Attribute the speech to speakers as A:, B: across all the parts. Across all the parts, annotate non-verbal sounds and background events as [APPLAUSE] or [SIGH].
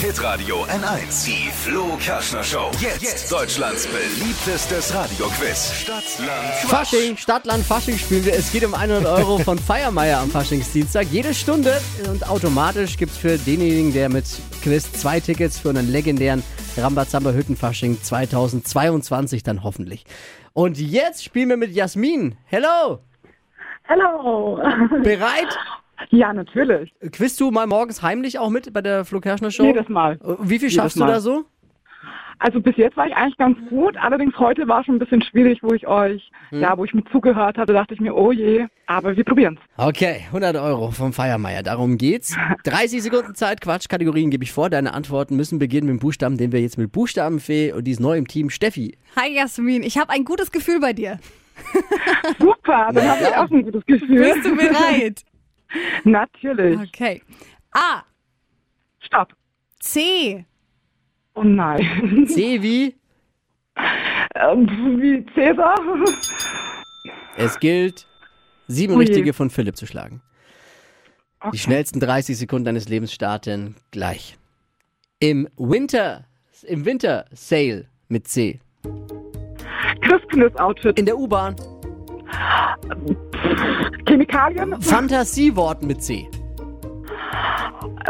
A: Hitradio N1. Die Flo Kaschner Show. Jetzt. Deutschlands beliebtestes Radioquiz. Stadt, Land, Quatsch.
B: Fasching, Stadtland Fasching spielen wir. Es geht um 100 Euro von Feiermeier am Faschingsdienstag. Jede Stunde und automatisch gibt es für denjenigen, der mit Quiz zwei Tickets für einen legendären Rambazamba Hüttenfasching 2022 dann hoffentlich. Und jetzt spielen wir mit Jasmin. Hello,
C: Hallo.
B: bereit?
C: [LAUGHS] Ja, natürlich.
B: Quiz du mal morgens heimlich auch mit bei der Flo Kerschner Show?
C: Jedes Mal.
B: Wie viel schaffst du
C: Mal.
B: da so?
C: Also bis jetzt war ich eigentlich ganz gut. Allerdings heute war schon ein bisschen schwierig, wo ich euch,
D: Hm.
C: ja, wo ich mir zugehört hatte, dachte ich mir, oh je. Aber wir probieren's.
B: Okay, 100 Euro vom Feiermeier, darum geht's. 30 Sekunden Zeit, Quatschkategorien gebe ich vor. Deine Antworten müssen beginnen mit dem Buchstaben, den wir jetzt mit Buchstabenfee und die ist neu im Team, Steffi.
D: Hi Jasmin, ich habe ein gutes Gefühl bei dir.
C: Super, dann habe ich auch ein gutes
D: Bist du
C: Gefühl.
D: bereit?
C: [LAUGHS] Natürlich.
D: Okay. A,
C: Stopp.
D: C,
C: Oh nein. [LAUGHS]
B: C wie,
C: Ähm, Wie Cäsar?
B: es gilt, sieben
C: Ui.
B: Richtige von Philipp zu schlagen.
C: Okay.
B: Die
C: [LAUGHS]
B: schnellsten 30 Sekunden deines Lebens starten gleich. Im Winter, im Winter Sale mit C.
C: Christkindes Outfit.
B: In der U-Bahn,
C: Chemikalien?
B: Fantasieworten mit C.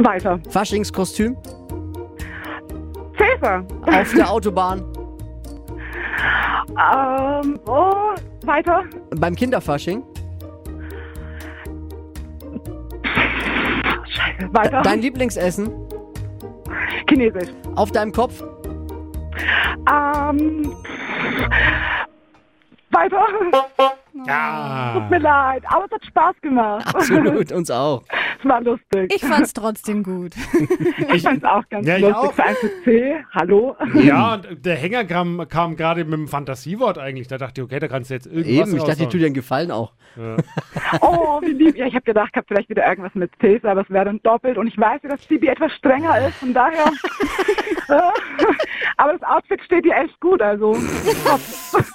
C: Weiter.
B: Faschingskostüm,
C: Cäsar.
B: auf der Autobahn,
C: Ähm, oh, weiter.
B: beim Kinderfasching.
C: Weiter.
B: Dein Lieblingsessen,
C: Chinesisch.
B: auf deinem Kopf.
C: Ähm, weiter. Tut mir leid, aber es hat Spaß [LAUGHS] gemacht.
B: Absolut, uns auch.
C: Es war lustig.
D: ich fand's trotzdem gut.
C: Ich fand es auch ganz
E: Ja, ich
C: lustig.
E: auch.
C: Für ein C, hallo.
E: Ja, und der Hänger kam, kam gerade mit dem Fantasiewort eigentlich. Da dachte ich, okay, da kannst du jetzt irgendwas
B: Eben, ich dachte, die
E: raushauen.
B: tut dir einen Gefallen auch.
C: Oh, wie lieb. Ja, ich habe gedacht, ich habe vielleicht wieder irgendwas mit Cs, aber es wäre dann doppelt. Und ich weiß ja, dass Sibi etwas strenger ist, von daher. aber das Outfit steht dir echt gut, also.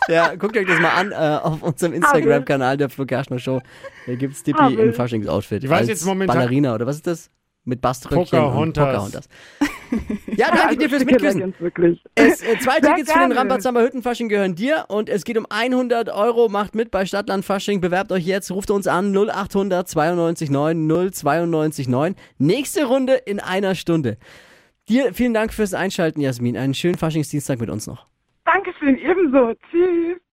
B: Ja, guckt euch das mal an äh, auf unserem Instagram-Kanal der Flo Kerschner Show. Da gibt's Dippi
C: Abel.
B: im Faschings-Outfit.
E: Die weiß
B: als
E: jetzt momentan-
B: Ballerina, oder was ist das? Mit Baströckchen und
E: Pocahontas.
B: Pocahontas. Ja, danke dir
C: [LAUGHS]
B: fürs
C: Schicke
B: Mitquissen.
C: Leggings, Also, Wirklich.
B: Es, äh, zwei
C: [LAUGHS] Sehr
B: Tickets für den
C: gerne.
B: Rambazamba Hüttenfasching gehören dir und es geht um 100 Euro. Macht mit bei Stadtland Fasching. Bewerbt euch jetzt. Ruft uns an 0800 92 9 092 9. Nächste Runde in einer Stunde. Dir vielen Dank fürs Einschalten, Jasmin. Einen schönen Faschingsdienstag mit uns noch.
C: Dankeschön, ebenso. Tschüss.